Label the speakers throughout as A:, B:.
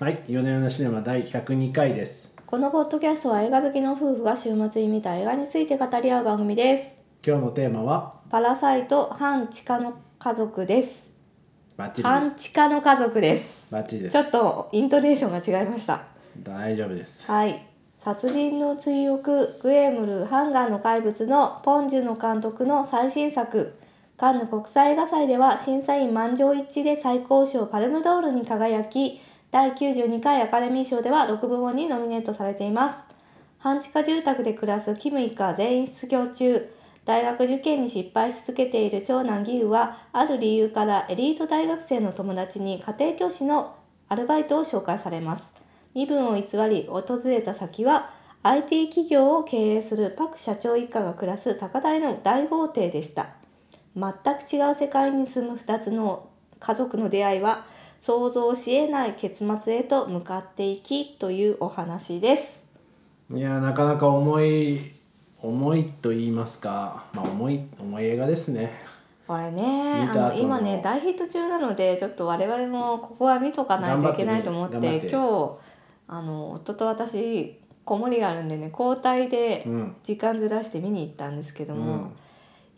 A: はい、夜な夜なシネマ第102回です。
B: このポッドキャストは映画好きの夫婦が週末に見た映画について語り合う番組です。
A: 今日のテーマは
B: パラサイト半地下の家族です。
A: バッチリで
B: 半
A: す。
B: 地下の家族です。
A: バッチリで
B: ちょ
A: す。
B: っとイントネーションが違いました。
A: 大丈夫です。
B: はい。殺人の追憶グエムルハンガーの怪物のポンジュの監督の最新作カンヌ国際映画祭では審査員満場一致で最高賞パルムドールに輝き第92回アカデミー賞では6部門にノミネートされています半地下住宅で暮らすキム一家は全員失業中大学受験に失敗し続けている長男義勇はある理由からエリート大学生の友達に家庭教師のアルバイトを紹介されます身分を偽り訪れた先は IT 企業を経営するパク社長一家が暮らす高台の大豪邸でした全く違う世界に住む2つの家族の出会いは想像しえない結末へと向かっていきというお話です
A: いやーなかなか重い重いと言いますか、まあ重い重い映画ですね。
B: これね
A: 見
B: あ
A: た後の
B: の今ね大ヒット中なのでちょっと我々もここは見とかないといけないと思って
A: 頑張ってね頑
B: 今日あの夫と私子守があるんでね交代で
A: うん。
B: 時間ずらして見に行ったんですけ
A: う
B: ども、
A: ん。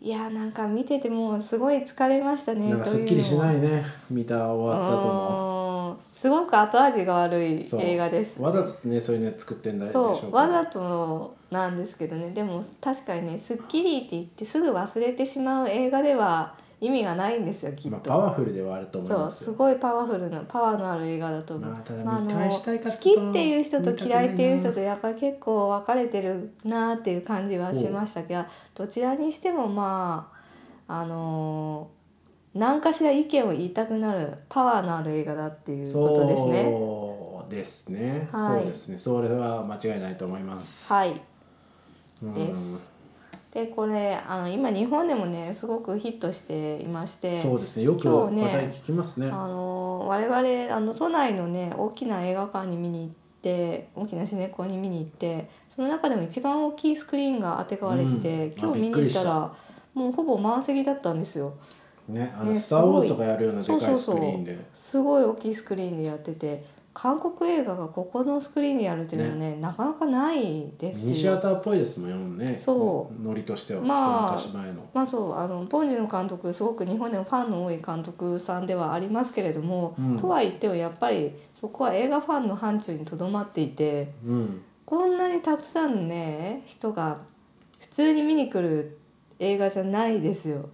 B: いやーなんか見ててもうすごい疲れましたね
A: なんかすっきりしない
B: ね
A: ね。見た終わったとも。
B: すごく後味が悪い
A: そう
B: 映画です
A: わざとねそういうの作ってんだでしょ
B: そうう
A: か
B: わざとなんですけどねでも確かにね「すっきり」って言ってすぐ忘れてしまう映画では意味がないんですよきっ
A: まあ
B: と、
A: パワフルではあると思い
B: そ
A: ま
B: う
A: す
B: す
A: よ。
B: ごいパワフルなパワーのある映画だと思う、
A: まあただ
B: まああの
A: 見返したいか
B: 好きっていう人と嫌いっていう人
A: と
B: とやっぱり結構分かれてるなっていう感じはしましたけどどちらにしてもまああのー何かしら意見を言いたくなるパワーのある映画だっていうことですね。
A: そうですね。
B: はい
A: そうですね。それは間違いないと思います。
B: はい、
A: うん
B: ですでこれあの今日本でもねすごくヒットしていまして
A: そうですね。よく
B: 今
A: 話
B: 日ね
A: 題聞きますね。
B: あの我々あの都内のね大きな映画館に見に行って大きなシネコンに見に行ってその中でも一番大きいスクリーンがあてがわれてて、
A: うん
B: 今日見に行ったらもうほぼ満席だったんですよ
A: ね、あの、
B: ね
A: スター・ウォーズ
B: す
A: と
B: ごい
A: かやるようなで
B: そう
A: か
B: そ
A: いうスク
B: そう
A: リーンで。
B: すごい大きいスクリーンでやってて韓国映画がここのスクリーンでやるっていうのはねなかなかないです
A: ミニシア
B: よ。
A: ターっぽいですもんね。。
B: そう
A: ノリとしては、
B: まあ
A: 一昔前の。
B: まあそうあのポンジュの監督すごく日本でもファンの多い監督さんではありますけれども、
A: うん
B: とは言ってもやっぱりそこは映画ファンの範疇にとどまっていて。
A: うん。
B: こんなにたくさんね人が普通に見に来る映画じゃないですよ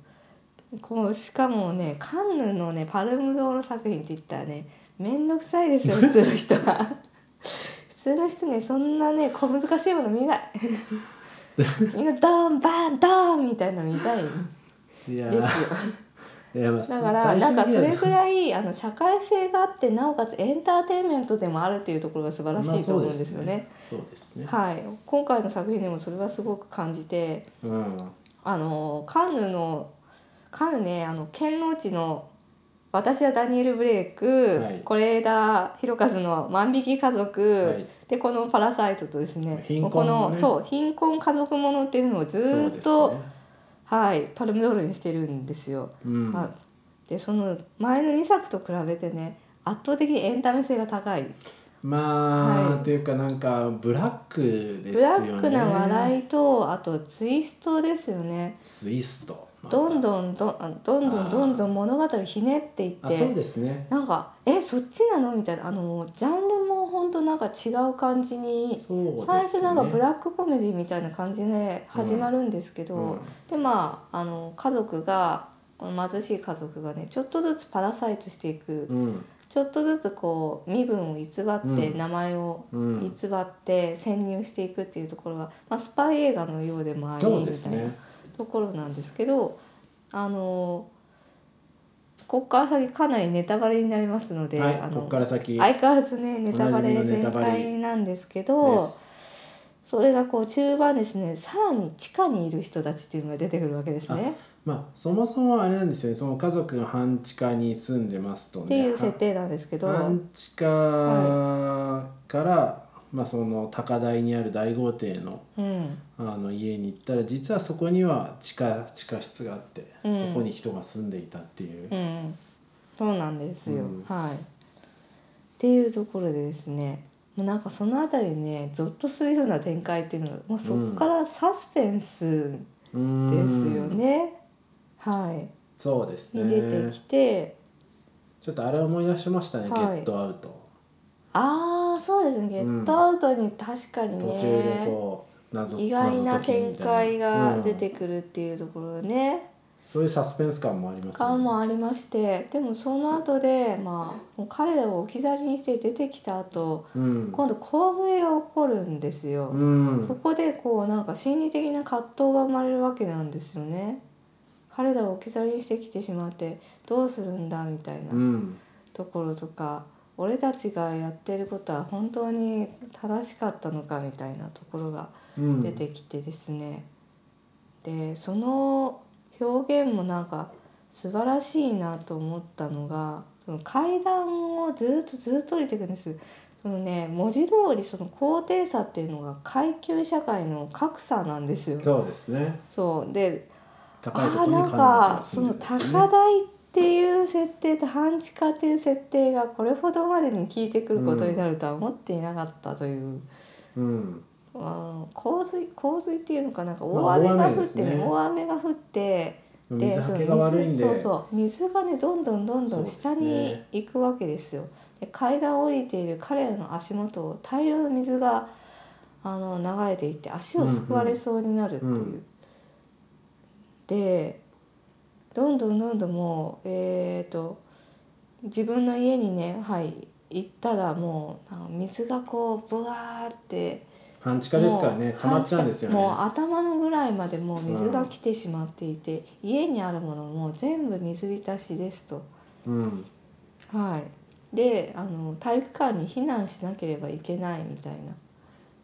B: こうしかもねカンヌのねパルムドール作品って言ったらね面倒くさいです よ普通の人は普通の人ねそんなね小難しいも の見ないみんなドーンバーンドーンみたいなの見たいん
A: いや
B: ですよ
A: ー、いやまあ
B: だから
A: 最
B: な
A: 終
B: んか
A: 的
B: そ
A: には
B: れぐらいあの社会性があってなおかつエンターテインメントでもあるっていうところが素晴らしいと思うんですよね。
A: まあそうですね。そう
B: はい、今回の作品でもそれはすごく感じて
A: ですね。うん。
B: あのカンヌのカンヌねあの堅牢地の「私はダニエル・ブレイク」
A: はい
B: 是枝裕和の「万引き家族」
A: はい。
B: でこの「パラサイト」とですね
A: 貧困のね
B: このそう貧困家族ものっていうのをず
A: そう
B: ー
A: で
B: っ
A: す
B: と、
A: ね。
B: はい、パルムドールにしてるんですよ。
A: うん。
B: まあでその前の2作と比べてね圧倒的にエンタメ性が高い。
A: まあ、
B: はい
A: というかなんかブラックですよね。
B: ブラックな笑いとあとツイストですよね
A: ツイスト。また
B: どんどんどんあどんど
A: あー
B: んどんどん物語ひねっていっ
A: あ、そう
B: て
A: ですね。
B: なんか「えそっちなの?」みたいなあのジャンルもほんとなんか違う感じに、
A: そうですね。
B: 最初なんかブ
A: ッ
B: ラックコメディみたいな感じで始まるんですけど、でまああの家族がこの貧しい家族がねちょっとずつパラサイトしていく、
A: うん。
B: ちょっとずつこう身分を偽って
A: うん
B: 名前を
A: うん。うん。
B: 偽って潜入していくっていうところが、まあ、スパイ映画のようでもあり
A: そう
B: み
A: です
B: たいな
A: ね。
B: ところなんですけどあのここから先かなりネタバレになりますので、
A: はい
B: あ、
A: ここ
B: の
A: から先
B: 相変わらずねネタバレ
A: おなじみのネタ
B: 全
A: バレ
B: 開なんですけ
A: で
B: ど
A: す。
B: それがこう中盤ですねさらに地下にいる人たちっていうのが出てくるわけですね
A: まあそもそもあれなんですよねその家族が半地下に住んでますとね
B: っていう設定なんですけど。
A: は半地下から、まあ、その高台にある大豪邸の
B: うん
A: あの家に行ったら実はそこには地下地下室があって、
B: うん
A: そこに人が住んでいたっていう
B: う、ん、そうなんですよ、
A: うん
B: はいっていうところでですねもうなんかそのあたりねゾッとするような展開っていうのがもうそこからサスペンス
A: うーん
B: ですよね、はい
A: そうです
B: に出
A: ね
B: てきて
A: ちょっとあれ思い出しましたね、
B: はい
A: ゲットアウト
B: ああそうですねゲットアウトに確かに
A: 途中で
B: ね、
A: こう謎
B: 意外な
A: 謎解き
B: 展
A: みたい
B: 開
A: な
B: が出て
A: うん
B: くるっていうところね、
A: そういうサスペンス感もあります
B: 感もありましてでもその後でまあもう彼らを置き去りにして出てきた後
A: うん
B: 今度洪水が起こるんですよ、
A: うん
B: そこでこうなんか心理的な葛藤が生まれるわけなんですよね彼らを置き去りにしてきてしまってどうするんだみたいな
A: うん
B: ところとか、俺たちがやってることは本当に正しかったのかみたいなところが
A: うん
B: 出てきてですね、でその表現もなんか素晴らしいなと思ったのがその階段をずっとずっと降りていくんですそのね文字通りその高低差っていうのが階級社会の格差なんですよ。
A: そうですね
B: そうで
A: 高いとこ
B: ああー
A: ろに彼
B: なん
A: 女が
B: かそ
A: 住
B: の
A: んでるんですね
B: 高台っていう設定と半地下っていう設定がこれほどまでに効いてくることになるとは思っていなかったという。
A: うん
B: あー洪水洪水っていうのかなんか
A: まあ
B: 大雨が降
A: 大雨
B: っ
A: です
B: てね,、
A: ね
B: 大雨が降ってで
A: 水
B: そ
A: は
B: の
A: けが悪いん
B: 水
A: で
B: そうそう水がねどんどんどんどん下
A: そうで
B: に
A: すね
B: 行くわけですよ。で階段を降りている彼らの足元を大量の水があの流れていって足をすくわれそうになるっていう。
A: うんうん
B: でどんどんどんどんもうえっ、と自分の家にねはい行ったらもうなんか水がこうブワーって。
A: 半地下ですからね溜まっちゃうんですよね
B: もう頭のぐらいまでもう水が来てしまっていて、家にあるものも全部水浸しですと。
A: うん
B: はい、であの体育館に避難しなければいけないみたいな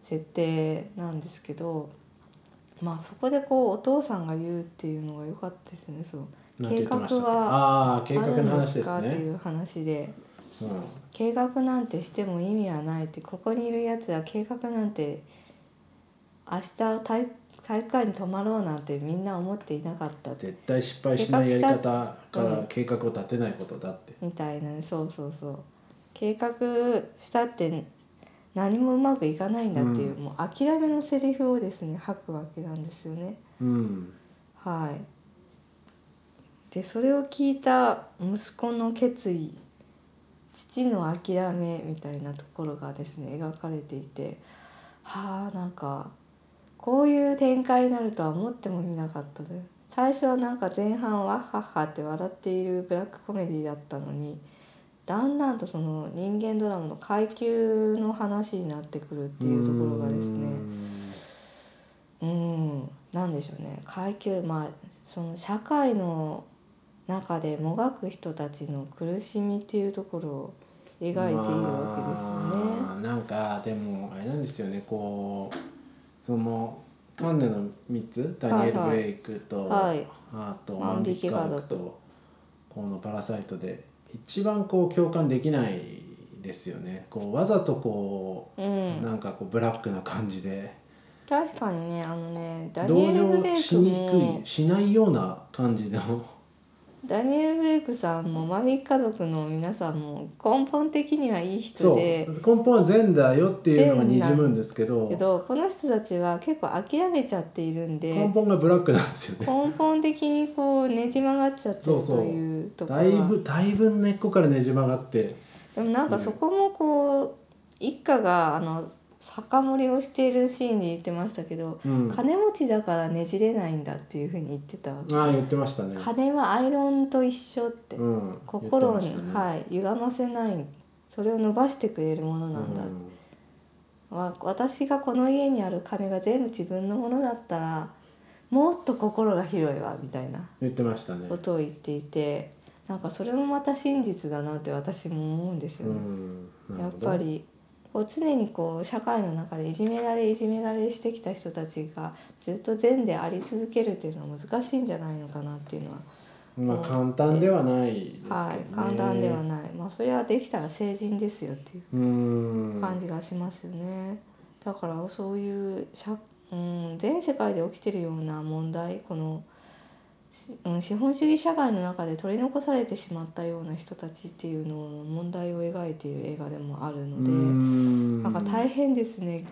B: 設定なんですけど、まあ、そこでこうお父さんが言うっていうのが良かったですよねそう
A: なんて言ってました
B: 計画は
A: ああー計画
B: あるん
A: の話
B: で
A: です
B: か
A: す
B: って
A: ね
B: いう話で。
A: うん
B: 計画なんてしても意味はないってここにいるやつは計画なんて明日体体育館に泊まろうなんてみんな思っていなかったって
A: 絶対失敗しないやり方か
B: うん
A: ら計画を立てないことだって
B: みたいなねそうそうそう計画したって何もうまくいかないんだっていう、
A: う
B: もう諦めのセリフをですね吐くわけなんですよね。
A: うん
B: はい、でそれを聞いた息子の決意父の諦めみたいなところがですね描かれていてはあなんかこういう展開になるとは思ってもみなかったで最初はなんか前半ははっはって笑っているブラックコメディだったのにだんだんとその人間ドラマの階級の話になってくるっていうところがですね
A: うん
B: うん、なんでしょうね階級まあその社会の中でもがく人たちの苦しみっていうところを描いているわけですよ
A: ま
B: ね。
A: あなんかでもあれなんですよねこうそのカンヌの3つダニエル・
B: はいはい
A: ブレイクと、
B: はい
A: あと
B: 万
A: 万
B: 引
A: 引
B: き
A: き
B: 家
A: 家
B: 族
A: 族とこの「パラサイト」で一番こう共感できないですよね。こうわざとこ
B: う
A: う、
B: ん、
A: なんかこうブラックな感じで
B: 確かにねあのねダニ
A: 同
B: エル・ブ
A: 情
B: レイ
A: し
B: ク
A: にく
B: も
A: いしないような感じの
B: ダニエル・ブレイクさんもマミ家族の皆さんも根本的にはいい人
A: そう
B: で
A: 根本は善だよっていうのがにじむんですけ
B: け
A: ど
B: どこの人たちは結構諦めちゃっているんで
A: 根本がブラックなんですよね。
B: 根本的にこうねじ曲がっちゃってるというところ
A: だ
B: が
A: いぶだいぶ根っこからねじ曲がって
B: でもなんかそこもこう、一家があの酒盛りをしているシーンで言ってましたけど、
A: うん
B: 金持ちだからねじれないんだっていうふうに言ってた、
A: ああ言ってましたね。
B: 金はアイロンと一緒って、
A: うん、
B: 心に、
A: 言ってましたね
B: はい、歪ませないそれを伸ばしてくれるものなんだ、
A: うん
B: わ私がこの家にある金が全部自分のものだったらもっと心が広いわみたいな
A: 言ってましたね。
B: ことを言っていてなんかそれもまた真実だなって私も思うんですよね。
A: うん
B: やっぱ。りこう常にこう社会の中でいじめられいじめられしてきた人たちがずっと善であり続けるっていうのは難しいんじゃないのかなっていうのは、
A: まあ簡単ではないですけどね。。
B: はい、簡単ではない、まあ、それはできたら成人ですよっていううん感じがしますよね。だからそういう社、うん、全世界で起きてるような問題このしうん、資本主義社会の中で取り残されてしまったような人たちっていうのを問題を描いている映画でもあるので、
A: ん
B: なんか大変ですね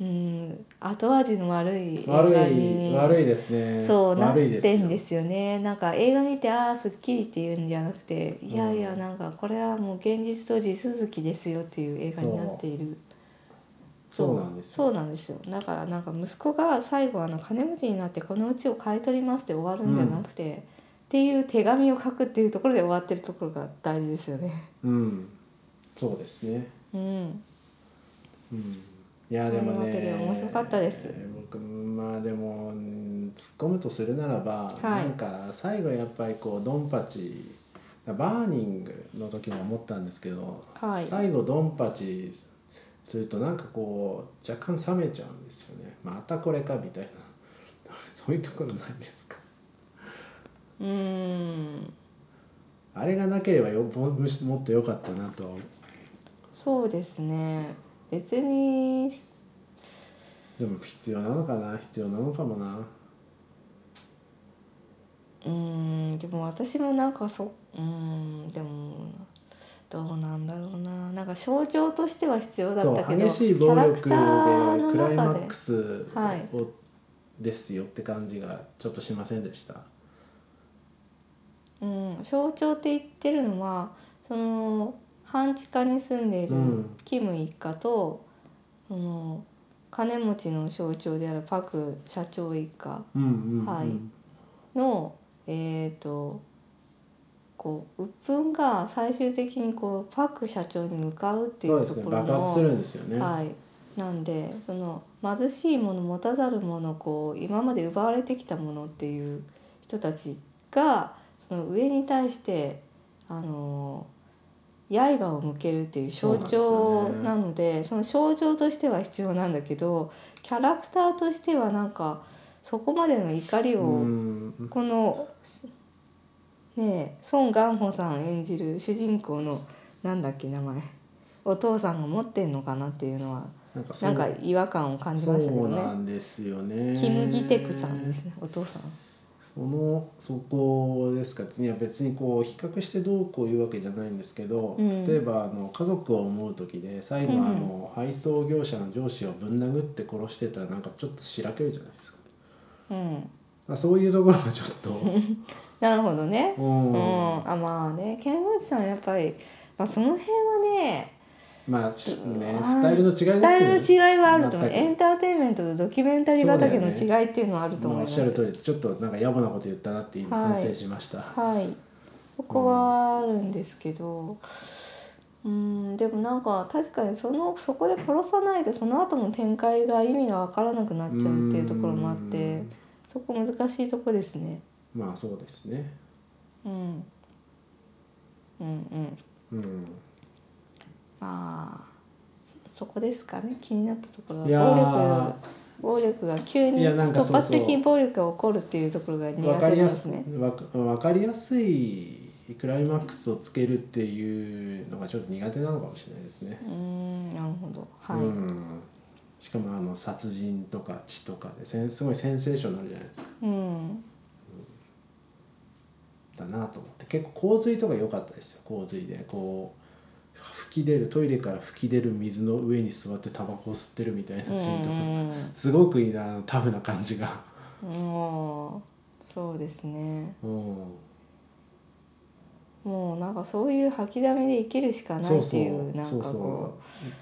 B: うん後味の悪い映
A: 悪
B: 画
A: い
B: に
A: 悪いですね
B: そうなっ
A: 悪い
B: てんですすよねなんか映画見てああすっきりっていうんじゃなくていやいや
A: うん
B: なんかこれはもう現実と地続きですよっていう映画になっている
A: そうそうなんですよ
B: そうなんですよだからなんか息子が最後あの金持ちになってこの家を買い取りますって終わるんじゃなくて、っていう手紙を書くっていうところで終わってるところが大事ですよね。
A: ようんそうですね
B: うん、
A: うんいやでも
B: というわ
A: ね
B: けで面白かったです
A: 僕まあでもうん突っ込むとするならば、
B: はい
A: なんか最後やっぱりこうドンパチバーニングの時も思ったんですけど、
B: はい
A: 最後ドンパチするとなんかこう若干冷めちゃうんですよねまたこれかみたいな そういうところないですか
B: うん
A: あれがなければよもむしもっと良かったなとは
B: そうですね別に
A: でも必要なのかな必要なのかもな
B: うーんでも私もなんかそうーんでもどうなんだろうななんか象徴としては必要だ
A: そ
B: ったけ
A: う
B: ど
A: 激しい暴力で
B: キ
A: ク
B: ャラクター
A: ラ
B: の
A: イマ
B: 中
A: ッ
B: で
A: クス
B: はい
A: をですよって感じがちょっとしませんでした。
B: うん、象徴って言ってるのはその半地下に住んでいうる
A: ん
B: キム一家と、その金持ちの象徴であるパク社長一家
A: うんうんうん
B: はいのえっ、とこう鬱憤が最終的にこうパク社長に向かうってい
A: そう
B: う
A: です
B: と
A: ね
B: ころ
A: 爆
B: の
A: 発するんですよね。
B: はい、なんでその貧しいもの持たざるものこう今まで奪われてきたものっていう人たちがその上に対してあの刃を向けるっていう象
A: そう
B: 徴
A: なんですよね
B: なのでその象徴としては必要なんだけどキャラクターとしてはなんかそこまでの怒り
A: う
B: を
A: ん
B: このねえ孫元穂さん演じる主人公のなんだっけ名前お父さんが持ってんのかなっていうのは
A: なんかそ
B: な
A: うん
B: か違和感を感じましたけ
A: そ
B: ど
A: うな
B: ね。
A: んですよね。
B: キム・ギテクさんですねお父さん。
A: このそこですかいや別にこう比較してどうこういうわけじゃないんですけど、
B: うん
A: 例えばあの家族を思う時で最後あ
B: うんうん
A: の配送業者の上司をぶん殴って殺してたらなんかちょっとしらけるじゃないですか。
B: うん、
A: まあそういうところがちょっ と、
B: なるほどね。
A: うん
B: うん、あまあねケンブチさんやっぱり、まあ、その辺はね
A: まあちね
B: うん
A: スタイルの違いですけど、ね、
B: スタイルの違いはあると思う
A: 全く
B: エンターテインメントとドキュメンタリー畑の違いっていうのはあると
A: まあ
B: 思い
A: おっ
B: ま
A: しゃ
B: す。
A: る通りでちょっとなんか野暮なこと言ったなって今
B: はい
A: 反省しました、
B: はい、そこはあるんですけど、うん、でもなんか確かにそのそこで殺さないとその後の展開が意味が分からなくなっちゃうっていうところもあって
A: うん
B: そこ難しいとこですね。
A: まあそうですね
B: うん、うんうん
A: うん
B: まあそそこですかね気になったところ
A: いやー
B: は暴力暴力が急に
A: いやなんかそう
B: 突
A: そう
B: 発的に暴力が起こるっていうところが苦
A: わか
B: 手
A: り
B: で
A: や
B: す
A: す
B: ね。
A: わかわかりやすいクライマックスをつけるっていうのがちょっと苦手なのかもしれないですね、
B: うんなるほどはい、
A: うんしかもあの殺人とか血とかでせんすごいセンセーショナルじゃないですか
B: うん
A: だなと思って結構洪水とか良かったですよ洪水でこう吹き出るトイレから吹き出る水の上に座ってタバコを吸ってるみたいなシーンとか、
B: うん
A: すごくいいなあのタフな感じが、
B: もうそうですね
A: うん、
B: もうなんかそういう吐きだめで生きるしかないっていうなんかこう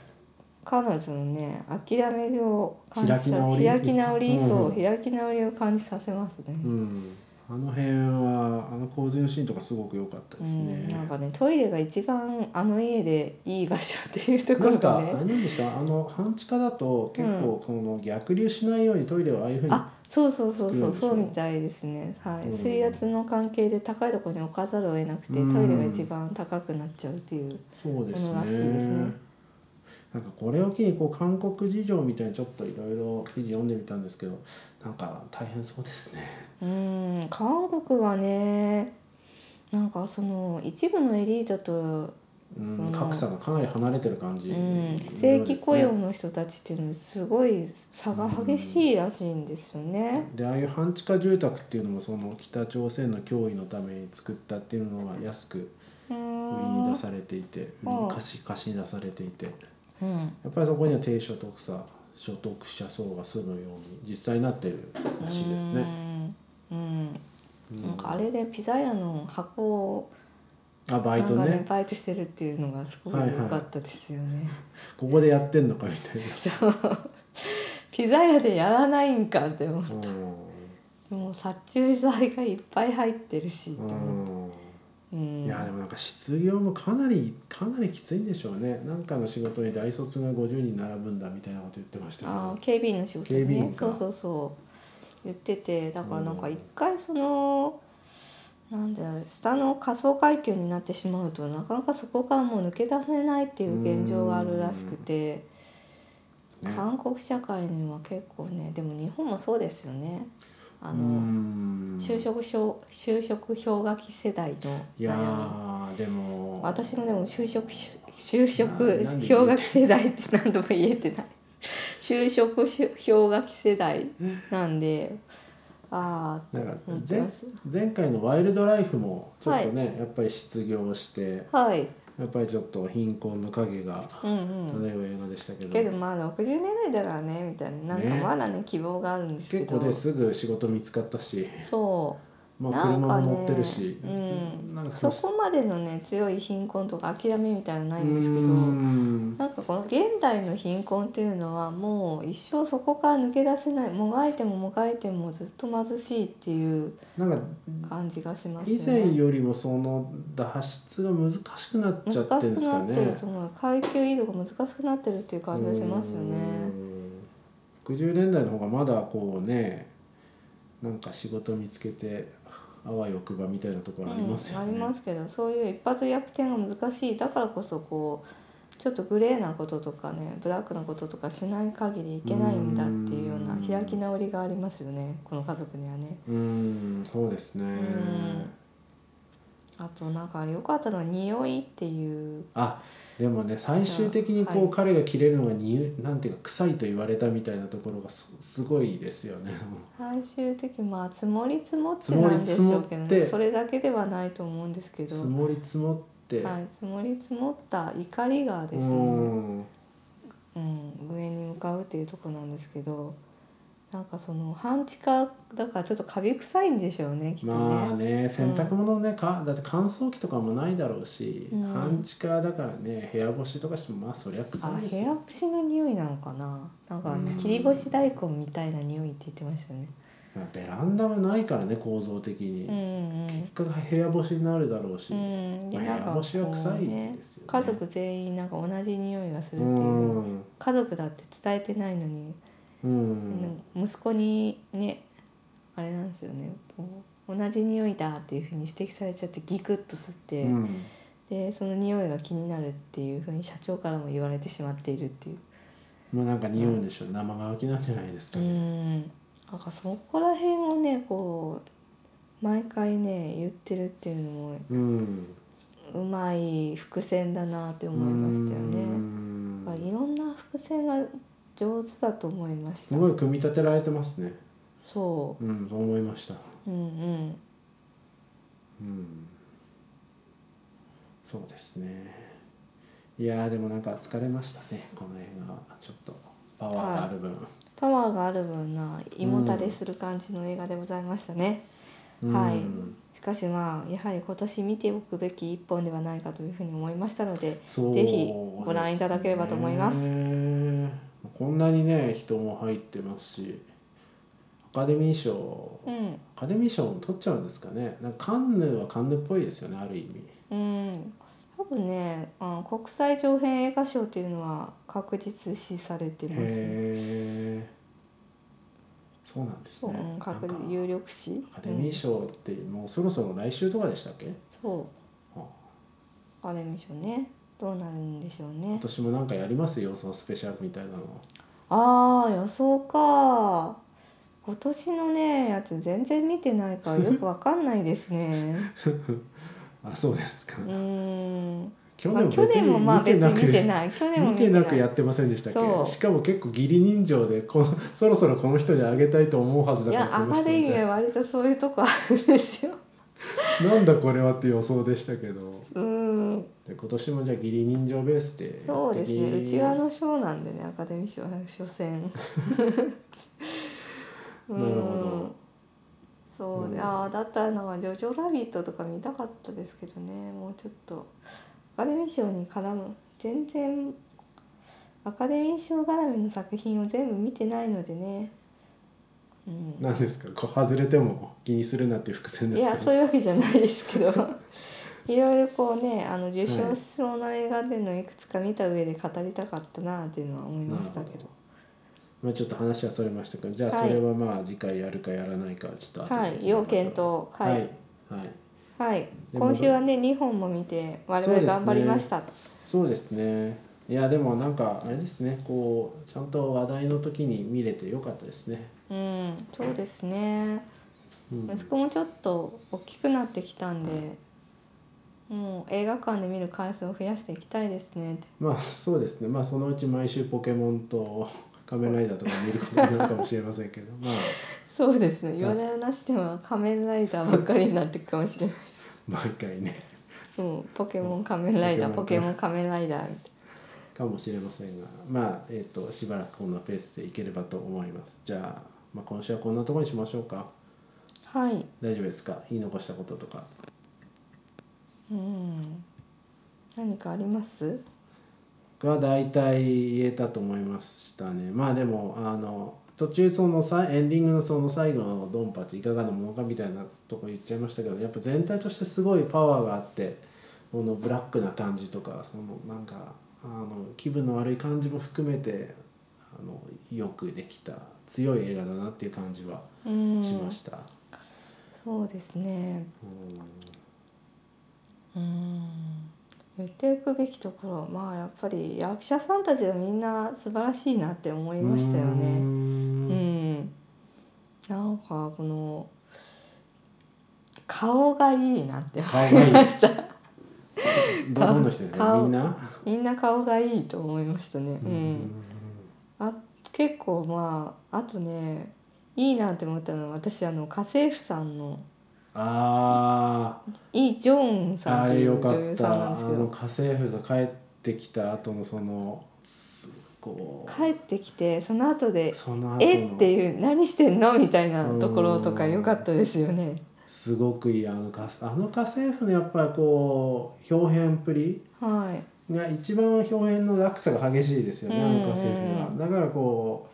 B: 彼女のね諦めを感じ
A: 開き
B: さ
A: 直り
B: 開き直りそう、
A: うんうん
B: 開き直りを感じさせますね。
A: う、うん、あの辺はあの洪水のシーンとかすごく良かった
B: う
A: ですね
B: ん、、なんかねトイレが一番あの家でいい場所っていうとこ
A: な
B: ろ
A: んか
B: が
A: あれ
B: ね
A: なんでしたあの半地下だと結構この逆流しないようにトイレをああいうふうに
B: あそうそうそうそ
A: 作
B: うそ
A: る
B: うん
A: でしょ
B: みたいですねはい、
A: うん
B: 水圧の関係で高いところに置かざるを得なくてト
A: うん
B: イレが一番高くなっちゃうっていう
A: そうです
B: も
A: ね
B: のらしいですね
A: なんかこれを機にこう韓国事情みたいにちょっといろいろ記事読んでみたんですけどなんか大変そうですね。
B: うん韓国はねなんかその一部のエリートと
A: うん
B: うん
A: 格差がかなり離れてる感じ、
B: うん、非正規雇用の人たちっていうのはすごい差が激しいらしいんですよね。
A: でああいう半地下住宅っていうのもその北朝鮮の脅威のために作ったっていうのが安く
B: う
A: 売りに
B: ん
A: 出されていて売り
B: うん
A: に貸し貸しに出されていてや
B: うん
A: っぱりそこには低所得者所得者層が住むように実際になってるらしいですね。
B: うんうん
A: う
B: なんかあれでピザ屋の箱を
A: あバ
B: な
A: イト
B: んか
A: ね
B: ねバイトしてるっていうのがすごい
A: はいはい
B: 良かったですよね。
A: ここでやってんのかみたいな。
B: そうピザ屋でやらないんかって思
A: う
B: うもう殺虫剤がいっぱい入ってるしと思って
A: んうん
B: うん
A: いやでもなんか失業もかなりかなりきついんでしょうねなんかの仕事に大卒が50人並ぶんだみたいなこと言ってましたけ
B: あ
A: ど
B: ー警備員の仕事
A: 警備
B: ね
A: 員か
B: そうそうそう言っててだからなんか
A: うん
B: 一回そのなんだろう下の仮想階級になってしまうとなかなかそこからもう抜け出せないっていう現状があるらしくて、
A: ね
B: 韓国社会には結構ねでも日本もそうですよねあの、
A: うん
B: 就職しょ就職氷河期世代の
A: いや
B: 悩み
A: ーでも
B: 私もでも就職し就職
A: ななんで
B: 氷河期世代って何度も言えてない就職し氷河期世代なんでああ
A: なんか
B: 思って
A: 前
B: ます
A: 前回の「ワイルドライフ」もちょっとね、やっぱり失業して
B: はい
A: やっぱりちょっと貧困の影が
B: うんうん
A: 漂う映画でしたけど,、
B: けどまあ60年代だからねみたいななんか
A: ね
B: まだね希望があるんですけ
A: 結
B: ど
A: 構ですぐ仕事見つかったし、
B: そ
A: ま
B: な
A: あ、
B: ん
A: 車
B: かね
A: も乗ってるし、
B: うん
A: なん
B: う
A: か
B: そこまでのね強い貧困とか諦めみたいなのないんですけど
A: うん
B: なんかこの現代の貧困っていうのはもう一生そこから抜け出せないもがいてももがいてもずっと貧しいっていう
A: なんか
B: 感じがします
A: 以
B: よ
A: 前
B: ね。
A: よりもその脱出が難しくなっちゃっ
B: 難
A: て
B: し
A: るんで
B: く
A: すか
B: なってる
A: ね
B: と。思う階級移動が難しくなってるっていう感じがしますよね。
A: うん。60年代の方がまだこうねなんか仕事見つけてあわよくばみたいなとこ
B: う
A: ろ
B: ん
A: ありますよ
B: あ
A: ね。
B: りますけどそういう一発逆転が難しいだからこそこうちょっとグレーなこととかねブラックなこととかしない限りいけないんだっていうような
A: うん
B: 開き直りがありますよねこの家族にはね。
A: うんそうですね。
B: んあとなんか良かったのは匂いっていう
A: あでもね最終的にこう、
B: はい
A: 彼が切れるのがになんていうか臭いと言われたみたいなところがすすごいですよ ね。
B: 最終的にまあ積もり積もってなんでしょうけど、
A: 積もり積もって
B: ね、それだけではないと思うんですけど
A: 積もり積もって、
B: はい、積もり積もった怒りがです
A: う
B: ね、
A: ん
B: うん、上に向かうっていうとこなんですけどなんかその半地下だからちょっとカビ臭いんでしょうねきっとね。
A: まあね洗濯物ね、かだって乾燥機とかもないだろうし、
B: うん
A: 半地下だからね部屋干しとかしてもまあそりゃ臭
B: あ
A: いです
B: 部屋
A: よ。
B: 干しの匂いなのかななんか、
A: うん
B: 切り干し大根みたいな匂いって言ってましたよね。
A: ベランダもないからね構造的に、
B: うんうん
A: 結果部屋干しになるだろうし、
B: うん、うんで
A: まあ、部
B: な
A: 屋
B: んか
A: 干しは
B: こ
A: 臭
B: う
A: い
B: ね
A: ですよね。
B: 家族全員なんか同じ匂いがする
A: う
B: っていう。
A: ん、
B: 家族だって伝えてないのに、
A: うん、
B: 息子にねあれなんですよねこう同じ匂いだっていうふうに指摘されちゃってギクッと吸って、
A: うん
B: でその匂いが気になるっていうふうに社長からも言われてしまっているっていう
A: もうなんか匂うんでしょう生乾きなんじゃないですか
B: う
A: ね。
B: んなんかそこら辺をねこう毎回ね言ってるっていうのも
A: うん、
B: うまい伏線だなって思いましたよ
A: う
B: ね。
A: ん
B: だからいろんな伏線が上手だと思いまし
A: す
B: た。
A: ごい組み立てられてますね。
B: そ
A: うん、そう思いました。
B: う、うんうん、
A: うんそうですねいやーでもなんか疲れましたねこの映画はちょっとパワーがある分、
B: パワーがある分な胃もたれする感じの映画でございましたね、
A: うん
B: はいしかしまあやはり今年見ておくべき一本ではないかというふうに思いましたので
A: そう
B: ぜひご覧いただければと思います
A: ですねこんなにね人も入ってますしアカデミー賞
B: うん
A: アカデミー賞も取っちゃうんですかねなんかカンヌはカンヌっぽいですよねある意味
B: うん多分ねあ国際長編映画賞っていうのは確実視されてますね
A: へえそうなんです
B: そう、
A: ね
B: うん、
A: なん
B: 確
A: か
B: 有力視
A: アカデミー
B: うん
A: 賞ってもうそろそろ来週とかでしたっけ、
B: そう
A: あ
B: アカデミー賞ねどうなるんでしょうね
A: 今年もなんかやりますよそのスペシャルみたいなの
B: ああ予想か今年のねやつ全然見てない からよくわかんないですね
A: あそうですか、
B: うーん
A: 去
B: まあ、
A: 年も
B: 去
A: 別
B: 年もまあ
A: に
B: 別
A: 見てな
B: に
A: く
B: 見てない去年も
A: 見てなくやってませんでしたっ
B: そう
A: けしかも結構義理人情でこの そろそろこの人にあげたいと思うはず
B: い
A: だ
B: や
A: から
B: ア
A: この
B: カ
A: 人
B: デミ
A: み
B: ー
A: たい
B: は割とそういうとこあるんですよ。
A: ななんだこれはって予想でしたけど
B: うん、
A: で今年もじゃあ義理人情ベースで
B: そうですね。
A: 義理
B: うちわの賞なんでね、アカデミー賞は 所詮。うん
A: なるほ
B: そう、
A: うん
B: ああだったらなんかジョジョラビットとか見たかったですけどね、もうちょっとアカデミー賞に絡む全然アカデミー賞絡みの作品を全部見てないのでね。うん。
A: 何ですかこう外れても気にするなっていう伏線で
B: い
A: すか
B: やそういうわけじゃないですけど いろいろこうねあの受賞しそうな映画でのいくつか見た上で語りたかったなっていうのは思いましたけ
A: なるほ
B: ど
A: どまあちょっと話はそれましたけどじゃあ
B: は
A: そ
B: い
A: れはまあ次回やるかやらないかはちょっと後で
B: はい要検討
A: は
B: はいい、
A: はい
B: はい
A: で
B: 今週はね2本も見て我
A: そうで
B: 々
A: すね
B: 頑張りました、
A: そうですねいやでもなんかあれですねこうちゃんと話題の時に見れてよかったですね、
B: うんそうですね
A: うん、
B: 息子もちょっと大きくなってきたんでもう映画館で見る回数を増やしていきたいですねって
A: まあそうですねまあそのうち毎週ポケモンと 仮面ライダーとか見ることになるかもしれませんけ どまあ
B: そうですね夜な夜なしては仮面ライダーばっかりになっていくかもしれない
A: 毎回ね
B: そうポケモン仮面ライダー
A: ポ
B: ポ
A: ケ
B: ケ
A: モ
B: モ
A: ン
B: ン仮面ライダーみたい
A: かもしれませんがまあえっ、としばらくこんなペースでいければと思いますじゃあ,、まあ今週はこんなところにしましょうか
B: なはい
A: 大丈夫ですか言い残したこととか
B: うん何かあります
A: が大体言えたと思いましたねまあでもあの途中そのさエンディングのその最後のドンパチいかがなものかみたいなとこ言っちゃいましたけどやっぱ全体としてすごいパワーがあってこのブラックな感じとかそのなんかあの気分の悪い感じも含めてあのよくできた強い映画だなっていう感じは
B: うん
A: しました。
B: そうですね
A: うん
B: うん言っていくべきところまあやっぱり役者さんたちがみんな素晴らしいなって思いましたよ
A: う
B: ねうん
A: ん
B: なんかこの顔がいいなって
A: 顔
B: 思
A: がい
B: い
A: い
B: ました
A: どどんな人ですか
B: 顔
A: みんな、
B: みんな顔がいいと思いましたねうんあ結構まああとねいいなって思ったのは私あの家政婦さんの
A: ああ
B: イ・ジョンウンさん
A: あ
B: と
A: れ
B: い
A: よ
B: う
A: か
B: 女
A: っ
B: 優さんなん
A: たあ
B: ですけ
A: の
B: ど
A: 家政婦が帰ってきた後のそのすこう
B: 帰ってきてその後で
A: その後
B: 「
A: の
B: えっ?」ていう「何してんの?」みたいなところとか良かったですよね。
A: すごくいいあの家あの家政婦のやっぱりこう表現っぷり
B: はい
A: が一番表現の落差が激しいですよね、あの家
B: う
A: 政
B: ん
A: 婦がだからこ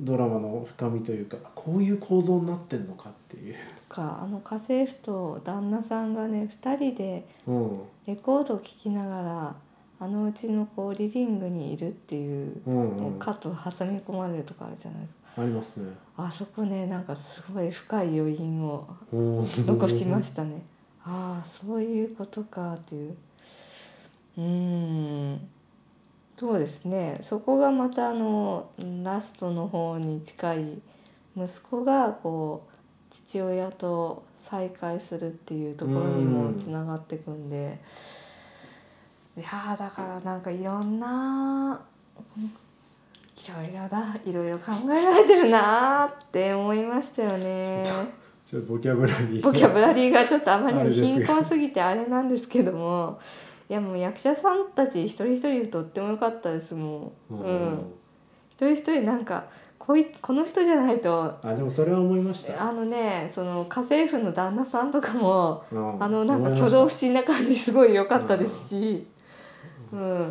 A: うドラマの深みというかこういう構造になってんのかっていう、
B: かあの家政婦と旦那さんがね2人で
A: うん
B: レコードを聴きながらあのうちのこうリビングにいるっていう
A: うんうん、
B: のを
A: あ
B: カット挟み込まれるとかあるじゃないですか。
A: りますね。
B: あそこねなんかすごい深い余韻を
A: 残
B: 残しま
A: し
B: したね。ああそういうことかっていう。うーんそうですねそこがまたあのラストの方に近い息子がこう父親と再会するっていうところに
A: う
B: も
A: ん
B: つながっていくんで。いやーだからなんかいろんないろいろないろいろ考えられてるなーって思いました よね。
A: ちょっとボキャブラリー
B: ボキャブラリーがちょっとあまり
A: あれ
B: に
A: ですが
B: 貧困すぎてあれなんですけどもいやもう役者さんたち一人一人とっても良かったですもう、うん、一人一人なんかこいこの人じゃないと
A: あでもそれは思いました。
B: あのねその家政婦の旦那さんとかも
A: あ
B: あのなんか挙動不審な感じすごい良かったですし、うん、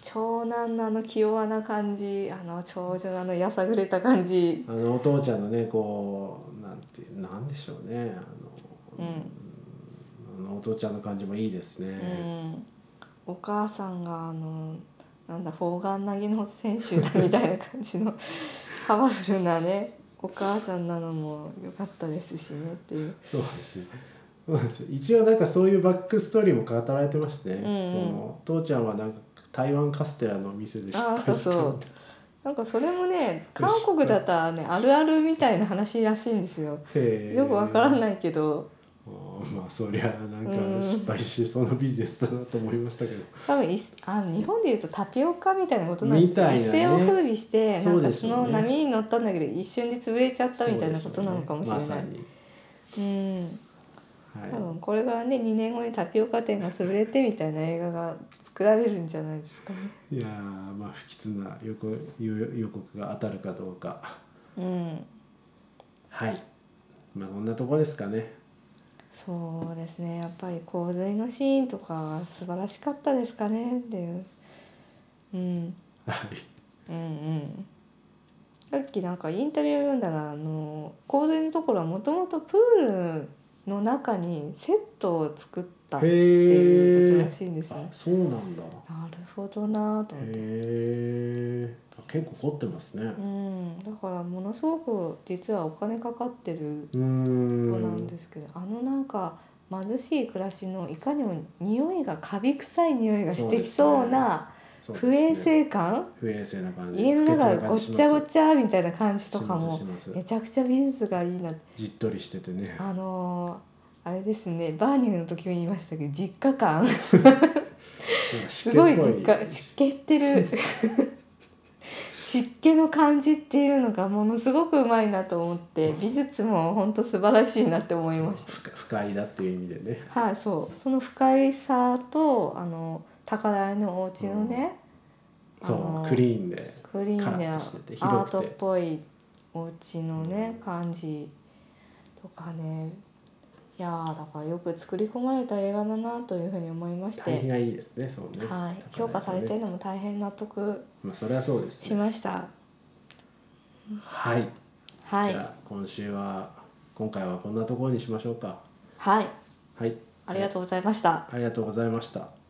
B: 長男のあの気弱な感じあの長女のあのやさぐれた感じ
A: あのお父ちゃんのねこうなんてなんでしょうねあの、あのお父ちゃんの感じもいいです
B: う
A: ね。
B: ん、お母さんがあのなんだ砲丸投げの選手だみたいな感じの パワフルなねお母ちゃんなのも良かったですしねっていう
A: そうですね。 そうなんですよ一応なんかそういうバックストーリーも語られてましてね、
B: うんうん
A: その父ちゃんはなんか台湾カステラのお店で失敗した
B: あーそうそう
A: みたい
B: なんかそれもね
A: よ
B: 韓
A: し
B: 国だったらねあるあるみたいな話らしいんですよ
A: なへー
B: よくわからないけど
A: うんまあそりゃなんか失敗しそうなビジネスだなと思いましたけど、
B: 多分いあの日本でいうとタピオカみたいなことなん
A: みたいなね
B: 一世を風靡してな
A: そうんで
B: か
A: し
B: そ
A: ょうね
B: の波に乗ったんだけど一瞬で潰れちゃったみたいなことなのかもしれない。う
A: そうでしょうねま
B: ん、
A: さに、
B: 多
A: は
B: 分これがね2年後にタピオカ店が潰れてみたいな映画が作られるんじゃないですかね。
A: い、いやーまあ不吉な予告予告が当たるかどうか
B: うん、
A: はいまあこんなとこですかね
B: そうですねやっぱり洪水のシーンとかは素晴らしかったですかねっていう。うん
A: はい
B: うんうんさっきなんかインタビュー読んだらあの洪水のところはもともとプールの中にセットを作ったっていうこと
A: へ
B: らしいんですよ
A: え
B: ね。
A: そうなんだ
B: なるほどなと思って、
A: へえ結構凝ってますね
B: うん、だからものすごく実はお金かかってる
A: うー
B: 子
A: ん
B: なんですけど、あのなんか貧しい暮らしのいかにも匂いがカビ臭い匂いがしてきそうな
A: そうです
B: 不
A: ね
B: 衛生感、
A: 不衛生な感じ
B: 家の中がごっちゃご
A: ち
B: ちゃみたいな感じとかも
A: しますしま
B: め
A: す
B: ちゃくちゃ美術がいいな
A: じっとりしててね
B: あのーあれですねバーニングの時も言いましたけど実家感
A: なんか湿
B: す
A: 気っ
B: ご
A: ぽ
B: い実家湿気ってる湿気の感じっていうのがものすごくうまいなと思って美術も本当素晴らしいなって思いまし
A: 不不快だっていう意味でね
B: たはいそうその不快さとあの高台のお家のね、
A: そ
B: あの
A: うクリーンで
B: クリーンで
A: カラッ
B: ア
A: としてて広
B: ー
A: くて
B: トっぽいお家のね
A: うん
B: 感じとかねいやーだからよく作り込まれた映画だなというふうに思いまし
A: 対比
B: て、
A: がいいですねそうね
B: はい、
A: 高台と
B: 評
A: ね
B: 価されてるのも大変納得
A: まあそれはそうです
B: し
A: ね
B: ました。
A: はい
B: は
A: じ
B: い、
A: ゃあ今週は今回はこんなところにしましょうか
B: はい、
A: はい
B: ありがとうございました。
A: ありがとうございました